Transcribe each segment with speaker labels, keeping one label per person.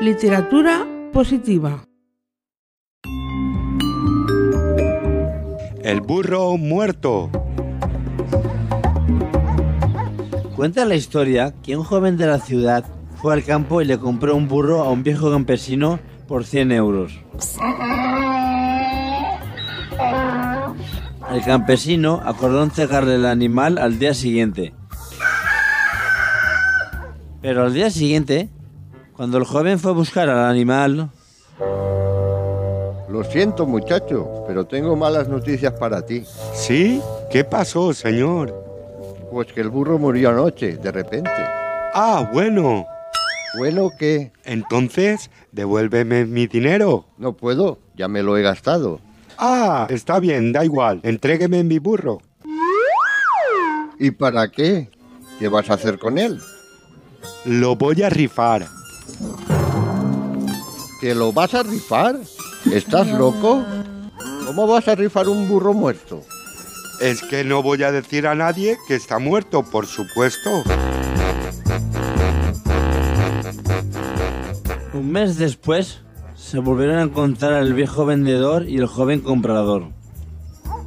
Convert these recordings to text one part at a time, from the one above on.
Speaker 1: Literatura positiva.
Speaker 2: El burro muerto.
Speaker 3: Cuenta la historia que un joven de la ciudad fue al campo y le compró un burro a un viejo campesino por 100 euros. El campesino acordó entregarle el animal al día siguiente. Pero al día siguiente, cuando el joven fue a buscar al animal,
Speaker 4: Lo siento, muchacho, pero tengo malas noticias para ti.
Speaker 2: ¿Sí? ¿Qué pasó, señor?
Speaker 4: Pues que el burro murió anoche, de repente.
Speaker 2: Ah, bueno.
Speaker 4: Bueno, que
Speaker 2: Entonces, devuélveme mi dinero.
Speaker 4: no puedo, ya me lo he gastado.
Speaker 2: Ah, está bien, da igual. Entrégueme mi burro.
Speaker 4: ¿Y para qué? ¿Qué vas a hacer con él?
Speaker 2: Lo voy a rifar.
Speaker 4: ¿Te lo vas a rifar? ¿Estás loco? ¿Cómo vas a rifar un burro muerto?
Speaker 2: Es que no voy a decir a nadie que está muerto, por supuesto.
Speaker 3: un mes después, se volvieron a encontrar el viejo vendedor y el joven comprador.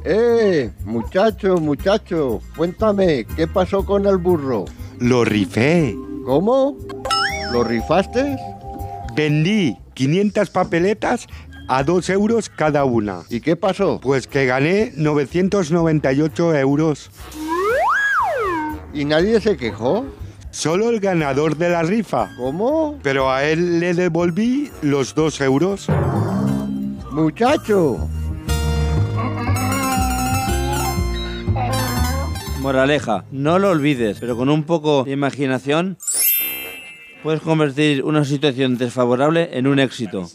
Speaker 4: ¡Eh! Muchacho, muchacho, cuéntame, ¿qué pasó con el burro?
Speaker 2: Lo rifé.
Speaker 4: ¿Cómo? ¿Lo rifaste?
Speaker 2: Vendí 500 papeletas a 2 euros cada una.
Speaker 4: ¿Y qué pasó?
Speaker 2: Pues que gané 998 euros.
Speaker 4: ¿Y nadie se quejó?
Speaker 2: Solo el ganador de la rifa.
Speaker 4: ¿Cómo?
Speaker 2: Pero a él le devolví los 2 euros.
Speaker 4: Muchacho,
Speaker 3: Moraleja, no lo olvides, pero con un poco de imaginación puedes convertir una situación desfavorable en un éxito.